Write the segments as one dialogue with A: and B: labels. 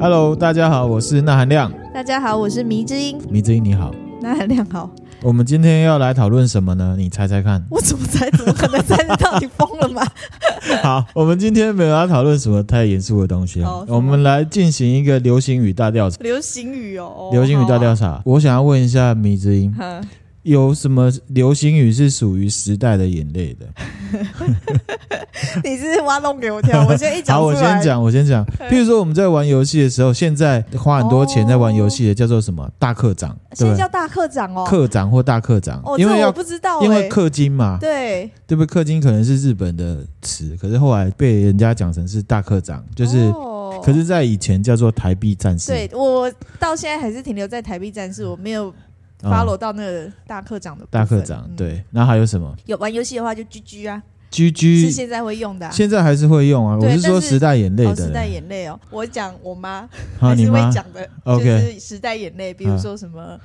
A: Hello，大家好，我是那含亮，
B: 大家好，我是迷之音，
A: 米之英你好。
B: 那很亮好。。
A: 我们今天要来讨论什么呢？你猜猜看
B: 我怎么猜？怎么可能猜得到？你疯了吗？
A: 好，我们今天没有要讨论什么太严肃的东西啊
B: 哦什么
A: 我们来进行一个流行语大调查。
B: 流行语哦，
A: 流行语大调查，我想要问一下米之英，
B: 好啊。哼
A: 有什么流行语是属于时代的眼泪的？
B: 你是挖洞给我跳，我现在一讲
A: 好，我
B: 出来
A: 先， 讲，我先讲。譬如说我们在玩游戏的时候，现在花很多钱在玩游戏的叫做什么？大课长，对
B: 现
A: 不
B: 在
A: 对
B: 叫？大课长哦，
A: 课长或大课长
B: 哦，，
A: 因为
B: 这我
A: 要
B: 不知道，
A: 因为
B: 哎
A: 氪金嘛，
B: 对，
A: 对不对？氪金可能是日本的词，可是后来被人家讲成是大课长，就是，
B: 哦
A: 可是在以前叫做台币战士。
B: 对我到现在还是停留在台币战士，我没有
A: 嗯
B: follow 到那个大课长的部分
A: 大课长，，
B: 嗯
A: 对。然后还有什么
B: 有玩游戏的话就 GG 啊，
A: 居
B: 是
A: 居，
B: 现在会用的啊，
A: 现在还是会用啊。
B: 对
A: 我是说
B: 但是
A: 时代眼泪
B: 哦，
A: 的
B: 时代
A: 嘞，
B: 眼泪哦，我讲我妈。
A: 啊，
B: 还
A: 你
B: 是会
A: 妈
B: 讲的，就
A: OK 嗯
B: 是时代眼泪，比如说什么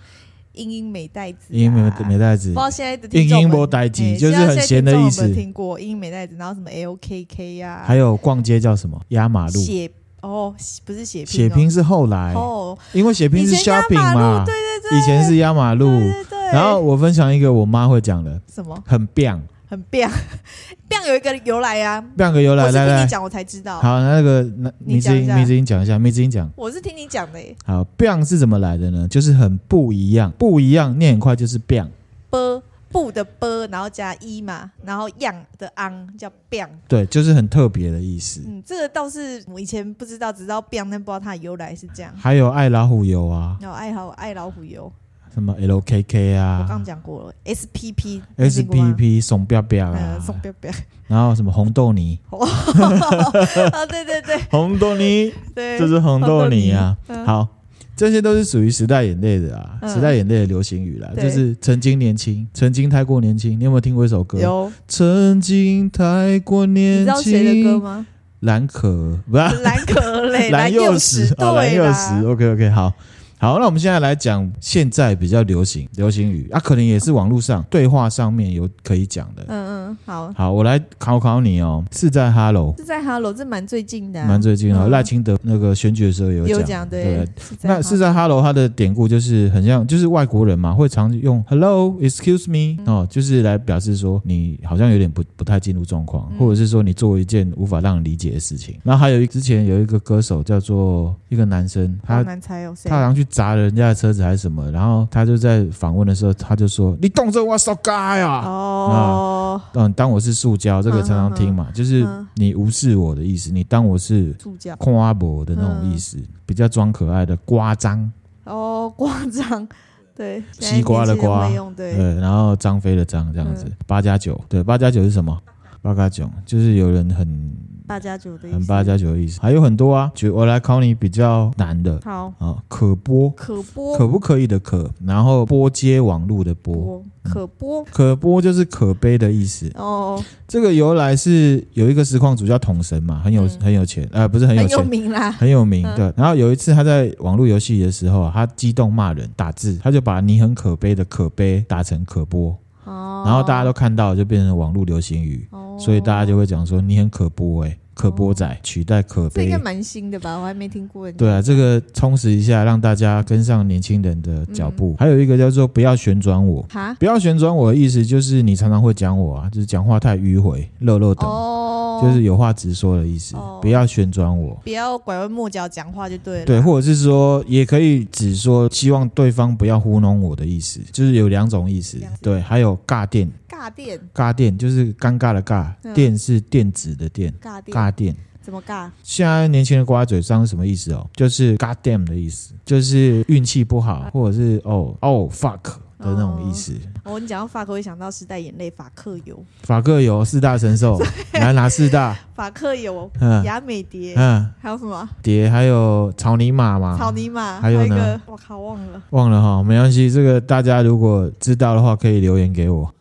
B: 英英美代子、啊，
A: 英美美代子
B: 不知，道现在的
A: 英
B: 听众
A: 英
B: 们
A: 波代
B: 哎
A: 记，就是很闲的意
B: 现在听众有没有
A: 思。
B: 听过英英美代子，然后什么 L K K 呀，
A: 还有逛街叫什么？压马路，
B: 血哦，不是血
A: 血拼
B: 拼
A: 是后来，
B: 哦，
A: 因为血拼是
B: 以前压
A: shopping
B: 马
A: 嘛
B: 路，对对对，
A: 以前是压马路。
B: 对对对，
A: 然后我分享一个我妈会讲的，
B: 什么
A: 很 biang
B: 很 biang biang 有一个由来啊，
A: biang 个由
B: 我
A: 来，
B: 是
A: 来
B: 听
A: 来
B: 你，讲我才知道，
A: 好，那个那
B: 你
A: 迷之
B: 讲一
A: 音，
B: 下
A: 迷之音讲一下，迷之音讲。
B: 我是听你讲的耶，
A: 好，biang 是怎么来的呢？就是很不一样，不一样，念很快就是 biang。
B: b 布的 b，然后加一嘛，然后样的 ang 叫 biang。
A: 对，就是很特别的意思。
B: 嗯，这个倒是我以前不知道，只知道 biang，但不知道它的由来是这样。
A: 还有爱老虎油啊，
B: 然后爱好爱老虎油，
A: 什么 LKK
B: 我刚
A: 啊
B: 刚讲过了，SPP 你听过吗
A: ，SPP 怂彪彪
B: 呃，
A: 啊
B: 送，彪 彪，
A: 然后什么红豆 泥，
B: 啊，对对对
A: 红豆 泥
B: 对，
A: 就是红豆泥啊。
B: 哎红豆泥嗯
A: 好，这些都是属于时代眼泪的啊，
B: 嗯
A: 时代眼泪的流行语啦，
B: 对
A: 就是曾经年轻，曾经太过年轻。你有没有听过一首歌？
B: 有，
A: 曾经太过
B: 你
A: 年
B: 知道谁的歌
A: 轻，
B: 吗？
A: 蓝可不是
B: 蓝可蕾，蓝
A: 幼
B: 时，
A: 啊， 蓝
B: 对
A: 幼时
B: 啦，
A: ，OK OK，好。好，那我们现在来讲现在比较流行流行语啊，可能也是网络上对话上面有可以讲的。
B: 嗯嗯，好，
A: 好，我来考考你哦，是在 Hello，
B: 这在 Hello，这蛮最近的啊，
A: 蛮最近哦，
B: 嗯
A: 赖清德那个选举的时候有
B: 有
A: 讲，
B: 讲
A: 对
B: 对，
A: 那是在
B: 在
A: Hello，它的典故就是很像，就是外国人嘛，会常用 Hello，Excuse me，哦，
B: 嗯
A: 就是来表示说你好像有点不不太进入状况，
B: 嗯
A: 或者是说你做一件无法让人理解的事情。然后还有一之前有一个歌手叫做一个男生，
B: Hello 好
A: 他
B: 难猜哦，谁
A: 他好？像去砸了人家的车子还是什么，然后他就在访问的时候，他就说：“你动这我手嘎呀！”
B: 哦，
A: 啊嗯，当我是塑胶，这个常常听嘛，就是
B: 嗯
A: 你无视我的意思，你当我是
B: 助教
A: 夸我的那
B: 嗯
A: 种意思，比较装可爱的夸张。
B: 哦， 瓜张，对，现在
A: 西瓜的
B: 年轻人
A: 瓜嗯
B: 会用对，嗯
A: 对，然后张飞的张这样子，八加九，对，八加九是什么？八加九就是有人很
B: 八加九的意思，
A: 很八加九的意思，还有很多啊。就我来考你比较难的
B: 好，
A: 啊，可播
B: 可播
A: 可不可以的可，然后拨接网路的拨，
B: 播可播
A: 可播就是可悲的意思。
B: 哦，
A: 这个由来是有一个实况主叫统神嘛，很有
B: 嗯
A: 很有钱，呃，不是很有
B: 很有
A: 钱。
B: 名啦。
A: 很有名
B: 嗯
A: 对。然后有一次他在网络游戏的时候啊，他激动骂人打字，他就把你很可悲的可悲打成可播，
B: 哦，
A: 然后大家都看到，就变成网络流行语，
B: 都
A: 所以大家就会讲说你很可播哎、可播仔取代可
B: 哦这应
A: 悲
B: 该。蛮新的吧？我还没听过人家。
A: 对啊，这个充实一下，让大家跟上年轻人的脚
B: 嗯
A: 步。还有一个叫做“不要旋转我”，
B: 哈
A: 不要旋转我的意思就是你常常会讲我啊，就是讲话太迂回、漏漏等，
B: 哦，
A: 就是有话直说的意思。
B: 哦
A: 不要旋转我，
B: 不要拐弯抹角讲话就对了。
A: 对，或者是说，也可以只说希望对方不要糊弄我的意思，就是有两种意思
B: 两。
A: 对，还有尬电，
B: 尬电
A: 尬电就是尴尬的尬，
B: 嗯
A: 电是电子的电，
B: 尬电
A: 尬电。
B: 怎么尬？
A: 现在年轻人挂在嘴上是什么意思哦？就是 god damn 的意思，就是运气不好，或者是哦哦 fuck 的那种意思。
B: 哦，你讲到法克，我会想到时代眼泪，法克 油，
A: 法克有四大神兽，来拿四大，
B: 法克油，
A: 嗯
B: 雅美蝶，
A: 嗯，
B: 还有什么
A: 蝶还有草泥马嘛，
B: 草泥马，
A: 还有
B: 有一
A: 呢
B: 个我靠忘了，
A: 忘了哈，没关系，这个大家如果知道的话，可以留言给 我。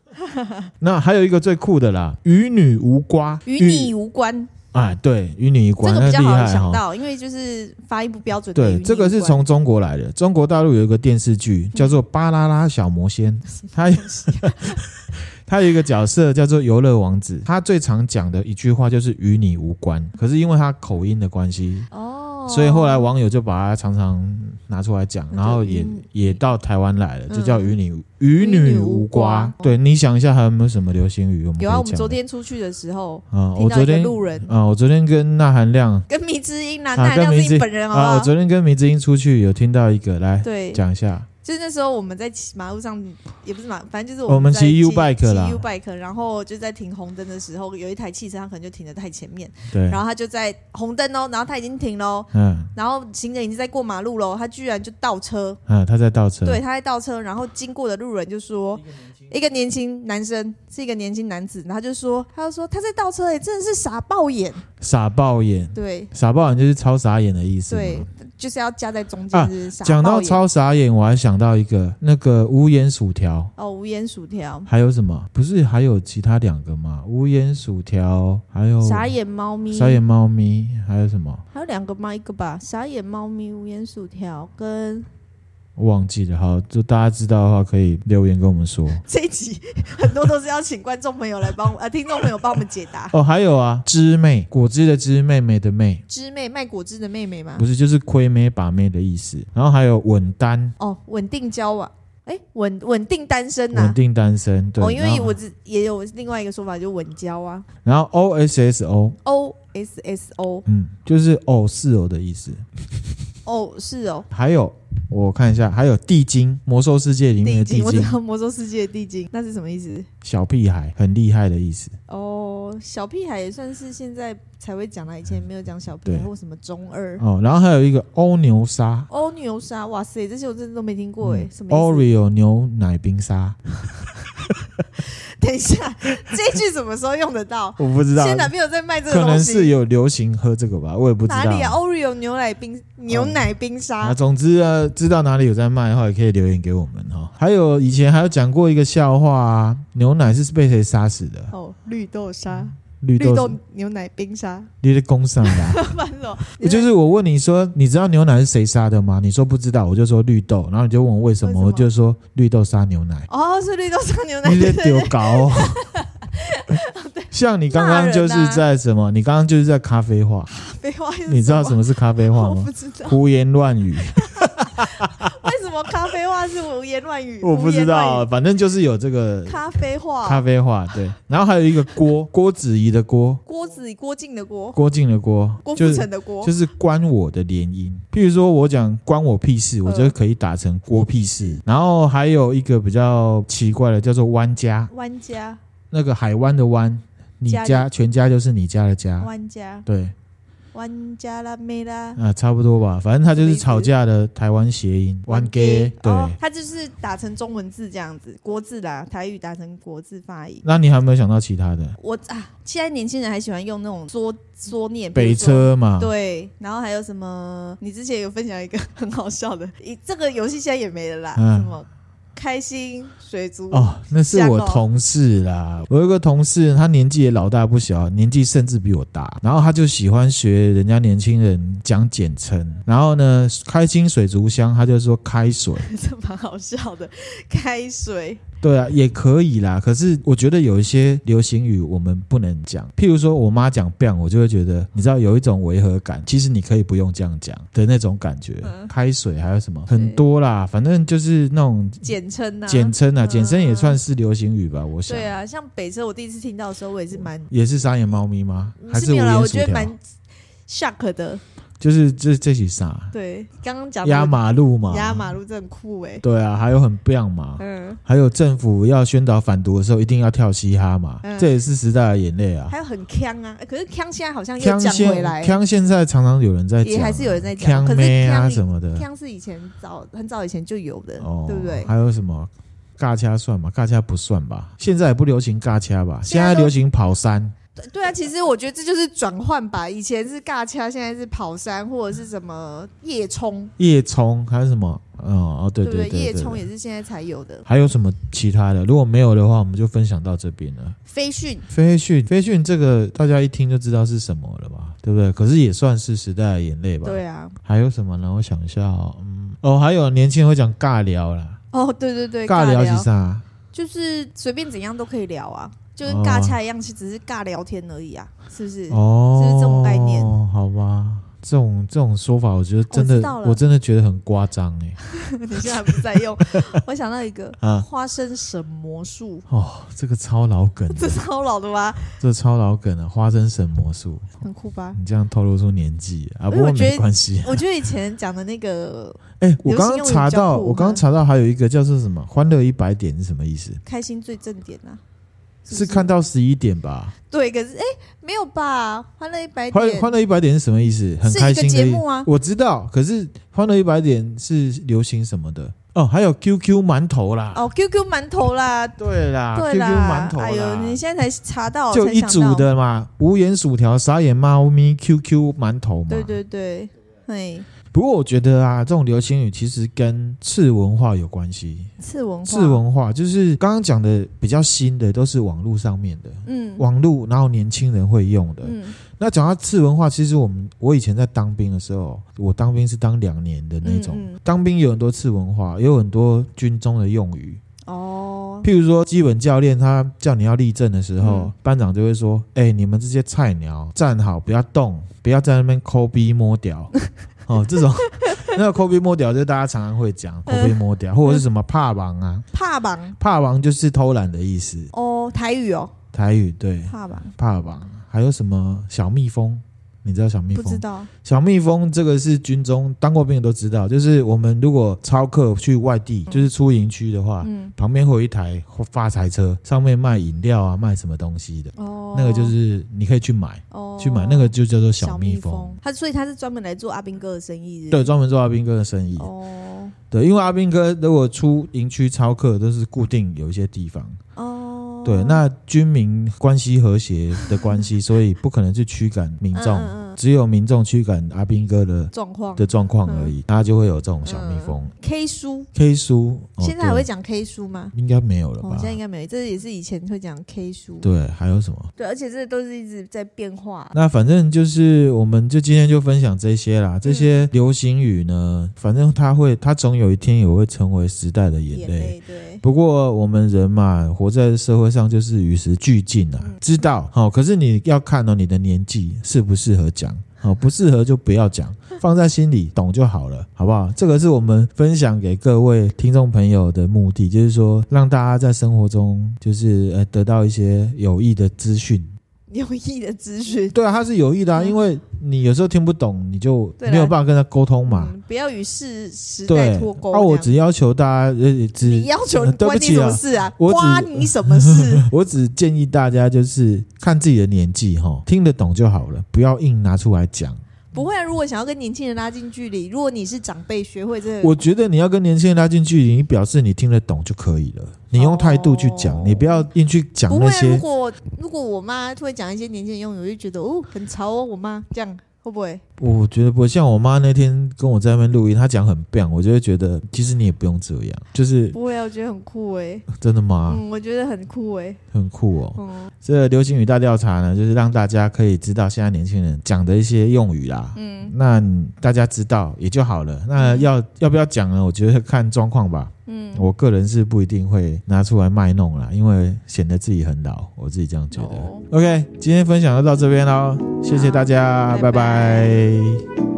A: 那还有一个最酷的啦，与女无瓜，
B: 与你无关，
A: 啊，对，与你无
B: 这
A: 关，
B: 个比
A: 那
B: 较
A: 厉
B: 好
A: 害
B: 想
A: 哈。
B: 到，因为就是发音不嗯标准的与
A: 对，
B: 你
A: 这个
B: 无
A: 是
B: 关
A: 从中国来的。中国大陆有一个电视剧叫做《巴啦啦小魔仙》， 它 它有一个角色叫做游乐王子，他最常讲的一句话就是“与你无关”，可是因为他口音的关系，
B: 哦，
A: 所以后来网友就把它常常拿出来讲，
B: 那就
A: 然后也
B: 嗯
A: 也到台湾来了，就
B: 嗯
A: 叫鱼女鱼女无瓜。对，你想一下还有没有什么流行语我们可以
B: 有
A: 讲
B: 啊，
A: 的？
B: 我们昨天出去的时候，
A: 啊，
B: 听
A: 我
B: 到
A: 昨
B: 一个
A: 天
B: 路人
A: 啊，我昨天跟那含亮
B: 跟迷之音啦，
A: 啊
B: 那亮
A: 跟迷
B: 是
A: 之
B: 你本人好不
A: 啊，我
B: 好？
A: 昨天跟迷之音出去有听到一个，来
B: 对，
A: 讲一下。
B: 就是那时候我们在骑马路上，也不是马，反正就是
A: 我们
B: 们在
A: 骑
B: 骑
A: U bike 啦
B: 骑 U bike，然后就在停红灯的时候，有一台汽车它可能就停的太前面，
A: 对
B: 然，后它就在红灯哦，然后它已经停喽，
A: 嗯
B: 然后行人已经在过马路喽，他居然就倒车，
A: 嗯，他在倒车。
B: 对，他在倒车，然后经过的路人就说。一个年轻男生是一个年轻男子，然后他就说，他就说他在倒车、欸，真的是傻爆眼，
A: 傻爆眼，
B: 对
A: 傻爆眼就是超傻眼的意思嘛。
B: 对，就是要夹在中
A: 嗯啊
B: 间，就是傻
A: 讲到
B: 爆眼
A: 超傻眼，我还想到一个那个无盐薯条，
B: 哦，无烟薯条，
A: 还有什么？不是还有其他两个吗？无盐薯条，还有
B: 傻眼猫咪，
A: 哦傻眼猫咪，还有什么？
B: 还有两个吗？一个吧，傻眼猫咪、无烟薯条跟
A: 我忘记了。好，就大家知道的话，可以留言跟我们说。
B: 这一集很多都是要请观众朋友来帮我们，呃，听众朋友帮我们解 答。
A: 哦，还有啊，汁妹，果汁的汁，妹妹的妹，
B: 知妹卖果汁的妹妹吗
A: 不？是就是亏妹把妹的意思。然后还有稳单，
B: 哦，稳定交往，哎、稳稳定单身呐、
A: 稳定单身，对。
B: 哦，因
A: 然
B: 为
A: 后
B: 我只也有另外一个说法，就是稳交啊
A: 然后 O S S O，
B: ，O S S O，
A: 嗯，就是哦是哦的意思。
B: 哦，是哦，
A: 还有我看一下，还有地精，魔兽世界里面的
B: 地
A: 地
B: 精，我知
A: 精，
B: 道 魔兽世界的地精，那是什么意思？
A: 小屁孩，很厉害的意思。
B: 哦，小屁孩也算是现在才会讲啦，以前没有讲小屁孩
A: 对
B: 或什么中二。
A: 哦，然后还有一个欧牛沙。
B: 欧牛沙，啊哇塞，这些我真的都没听
A: 嗯
B: 过哎、什么意思？
A: Oreo 牛奶冰沙，
B: 等一下，这一句什么时候用得到？
A: 我不知道，
B: 现在哪边有在卖这个
A: 可
B: 东
A: 能
B: 西？
A: 是有流行喝这个吧，我也不知道。
B: 哪里啊？Oreo 牛奶冰牛奶冰沙，
A: 啊，总之呃，知道哪里有在卖的话，也可以留言给我们哈、哦。还有以前还有讲过一个笑话啊，牛奶是被谁杀死的？
B: 哦，绿豆沙、
A: 绿
B: 绿
A: 豆
B: 豆，牛奶冰沙，
A: 你的啊工上啦。
B: 烦死 了。
A: 就是我问你说，你知道牛奶是谁杀的吗？你说不知道，我就说绿豆，然后你就问我为什么，
B: 为什么
A: 我就说绿豆杀牛 奶。
B: 哦，是绿豆沙牛奶
A: 你得
B: 冰
A: 丢搞、哦。像你刚刚就是在什么？你刚刚就是在咖啡话，
B: 废话啊是
A: 你知道
B: 什
A: 什么是咖啡
B: 么？
A: 话
B: 我
A: 吗
B: 不？知道，
A: 胡言乱语，
B: 为什么咖啡话是胡言乱 语？
A: 我不知
B: 胡
A: 道，啊
B: 言
A: 反正就是有这个
B: 乱语。咖啡话，
A: 咖啡话对，然后还有一个郭郭子仪的郭，
B: 郭子郭靖的郭，
A: 郭靖的郭，
B: 郭
A: 就
B: 富
A: 是
B: 城的郭，
A: 就是关我的联姻。譬如说我讲关我屁
B: 嗯
A: 事，我就可以打成郭屁事。然后还有一个比较奇怪的叫做湾家，
B: 弯家
A: 那个海湾的湾，你
B: 家
A: 家全家就是你家的家，
B: 弯家
A: 对，
B: 弯家啦妹啦。
A: 啊，差不多吧，反正他就
B: 什么
A: 是
B: 意思
A: 吵架的台湾谐音，玩 gay，对。
B: 哦，他就是打成中文字这样子，国字啦，台语打成国字发音。
A: 那你还有没有想到其他的？
B: 我啊，现在年轻人还喜欢用那种缩缩念，比
A: 北
B: 如说。
A: 车啊嘛，
B: 对，然后还有什么？你之前有分享一个很好笑的， 一这个游戏现在也没了啦。
A: 嗯
B: 什么开心水族？
A: 哦，那是我同事啦。我有一个同事，他年纪也老大不小，年纪甚至比我大。然后他就喜欢学人家年轻人讲简称。然后呢，开心水族箱，他就说开水。
B: 这蛮好笑的。开水
A: 对啊，也可以啦。可是我觉得有一些流行语我们不能讲，譬如说我妈讲 “bang”，我就会觉得你知道有一种违和感。其实你可以不用这样讲的那种感觉。
B: 嗯
A: 开水还有什么很多啦，反正就是那种
B: 简称呐、
A: 简称啊，
B: 嗯
A: 简称也算是流行语吧，我想
B: 对。啊，像北车，我第一次听到的时候，我也是蛮
A: 也是傻眼猫咪吗？还
B: 嗯是
A: 无
B: 没有啦，
A: 言
B: 我
A: 薯
B: 觉得
A: 条？
B: 蛮 shock 的。
A: 就是这这起啥？
B: 对，刚刚讲的
A: 压马路嘛，
B: 压马路真的很酷哎、
A: 对啊，还有很 bang 嘛，
B: 嗯，
A: 还有政府要宣导反毒的时候一定要跳嘻哈嘛，
B: 嗯
A: 这也是时代的眼泪啊
B: 还。有很锵啊，可是锵现在好像又
A: 康
B: 讲回
A: 现
B: 来，
A: 康现在常常有人在讲啊，
B: 也还是有人在讲，可
A: 康
B: 是
A: 妹啊
B: 锵
A: 什么的，
B: 锵是以前早很早以前就有的，
A: 哦，
B: 对不对？
A: 还有什么尬掐算吗？尬掐不算吧？现在也不流行尬掐吧？
B: 现
A: 现
B: 在
A: 在
B: 都
A: 流行跑山，
B: 对对啊，其实我觉得这就是转换吧，以前是尬掐，现在是跑山或者是什么夜冲，
A: 夜冲还有什么？哦哦，对
B: 不
A: 对对，
B: 夜
A: 对
B: 冲也是现在才有的。
A: 还有什么其他的？如果没有的话，我们就分享到这边了。
B: 飞讯
A: 飞讯，飞讯这个大家一听就知道是什么了吧，对不对？可是也算是时代的眼泪吧。。
B: 对啊，
A: 还有什么呢？我想一下哦，嗯，哦，还有年轻人会讲尬聊啦，
B: 哦，对对对，
A: 尬
B: 尬
A: 聊是啥？
B: 就是随便怎样都可以聊啊，就是
A: 哦
B: 尬掐一样，其实只是尬聊天而已啊，是不是？
A: 哦，
B: 是不是这种概念
A: 好吧。这种这种说法，我觉得真
B: 我
A: 的
B: 知道，了
A: 我真的觉得很夸张哎。
B: 你现在还不在 用。我想到一个
A: 啊
B: 花生神魔术，
A: 哦， 这个超老梗的，
B: 这超老的吧？
A: 这超老梗了，花生神魔术，
B: 很酷吧？
A: 你这样透露出年纪啊？
B: 因为
A: 不过
B: 我觉得
A: 没关系。
B: 我觉得以前讲的那个
A: 哎，我
B: 流行
A: 刚
B: 用
A: 刚
B: 语
A: 查
B: 比较
A: 到，
B: 酷
A: 我刚刚
B: 嗯
A: 查到还有一个叫做什么“欢乐一百点”是什么意思？
B: 开心最正点啊，是不
A: 是看到十一点吧？
B: 对，可是哎、没有吧？欢乐一百
A: 欢
B: 点
A: 欢乐一百点是什么意思？很
B: 哎是一
A: 开
B: 个
A: 心
B: 节
A: 的意
B: 目啊
A: 我知道，可是欢乐一百点是流行什么的？哦，还有 QQ 馒头啦。
B: 哦，QQ 馒头啦，
A: 对啦
B: 对
A: 啊 q q
B: 啦
A: 馒头啦，
B: 哎呦，你现在才查到，
A: 就
B: 才
A: 一
B: 想
A: 组
B: 到，
A: 的嘛，无盐薯条、傻眼猫咪、QQ 馒头嘛。
B: 对对对，嘿，
A: 不过我觉得啊，这种流行语其实跟次文化有关系。
B: 次文化，
A: 次，文化就是刚刚讲的比较新的，都是网络上面的。
B: 嗯，
A: 网络，然后年轻人会用的。
B: 嗯
A: 那讲到次文化，其实我们我以前在当兵的时候，我当兵是当两年的那种。
B: 嗯嗯
A: 当兵有很多次文化，也有很多军中的用语。
B: 哦，
A: 譬如说，基本教练他叫你要立正的时候，
B: 嗯
A: 班长就会说：“哎、你们这些菜鸟站好，不要动，不要在那边抠逼摸屌。” 哦，这种那个抠逼摸屌，就是大家常常会讲
B: 嗯
A: 抠逼摸屌，或者是什么怕王啊，
B: 怕榜，
A: 怕王就是偷懒的意思，
B: 哦，台语哦，
A: 台语对
B: 怕榜，
A: 怕王，还有什么小蜜蜂。你知道小蜜
B: 不知
A: 蜂？
B: 道，
A: 小蜜蜂这个是军中当过兵的都知道，就是我们如果操课去外地，就是出营区的话，
B: 嗯，
A: 旁边会有一台发财车，上面卖饮料啊，卖什么东西的，
B: 哦，
A: 那个就是你可以去买，
B: 哦，
A: 去买那个就叫做
B: 小
A: 小蜜蜂，
B: 蜂，他所以他是专门来做阿兵哥的生意，是不
A: 对，
B: 是，
A: 专门做阿兵哥的生意。
B: 哦，
A: 对，因为阿兵哥如果出营区操课，都是固定有一些地方，
B: 哦，
A: 对，那军民关系和谐的关系，所以不可能去驱赶民众，
B: 嗯嗯嗯
A: 只有民众驱赶阿兵哥的
B: 状况
A: 的状况而
B: 嗯
A: 已，大家就会有这种小蜜蜂。
B: K 书，
A: K 书、哦、
B: 嗯现在还会
A: 对
B: 讲 K 书吗？
A: 应该没有了
B: 哦，
A: 吧
B: 现？在应该没有，这也是以前会讲 K 书，
A: 对，还有什么？
B: 对，而且这都是一直在变化。
A: 那反正就是，我们就今天就分享这些
B: 嗯
A: 啦。这些流行语呢，反正它会，它总有一天也会成为时代的眼泪。
B: 眼泪，对，
A: 不过我们人嘛，活在社会上就是与时俱进啊，
B: 嗯
A: 知道好、哦可是你要看哦，你的年纪适不适合讲，好、不适合就不要 讲，放在心里懂就好了，好不好？这个是我们分享给各位听众朋友的目的，就是说让大家在生活中就是呃得到一些有益的资讯。
B: 有益的资讯，
A: 对啊，他是有意的啊，
B: 嗯
A: 因为你有时候听不懂，你就
B: 对啦啊
A: 没有办法跟他沟通嘛。
B: 嗯，不要与世时代
A: 对，
B: 脱钩。
A: 啊，我
B: 这样
A: 只要求大家，呃，只
B: 你要求
A: 呃
B: 你
A: 对不
B: 关你
A: 起
B: 什么
A: 啊，
B: 事啊？
A: 我只
B: 关你什 么事？
A: 我只建议大家就是看自己的年纪哈，听得懂就好了，不要硬拿出来讲。
B: 不会啊，如果想要跟年轻人拉近距离，如果你是长辈，学会这个
A: 我觉得你要跟年轻人拉近距离，你表示你听得懂就可以了。你用态度去讲，
B: 哦
A: 你不要硬去讲
B: 不会
A: 那
B: 啊。如
A: 些。
B: 果如果我妈会讲一些年轻人用语，我就觉得哦，很潮哦，我妈这样会不会？
A: 我觉得不会像我妈那天跟我在那边录音，她讲很棒，我就会觉得其实你也不用这样，就是
B: 不会啊，我觉得很酷哎，
A: 真的吗？
B: 嗯，我觉得很酷哎，
A: 很酷哦。
B: 嗯，
A: 这个流行语大调查呢，就是让大家可以知道现在年轻人讲的一些用语啦。嗯，那你大家知道也就好了。那
B: 嗯
A: 要、要不要讲呢？我觉得看状况吧。嗯，我个人是不一定会拿出来卖弄啦，因为显得自己很老，我自己这样觉得。
B: 哦
A: OK，今天分享就到这边喽，谢谢大家，
B: 好拜拜
A: 拜拜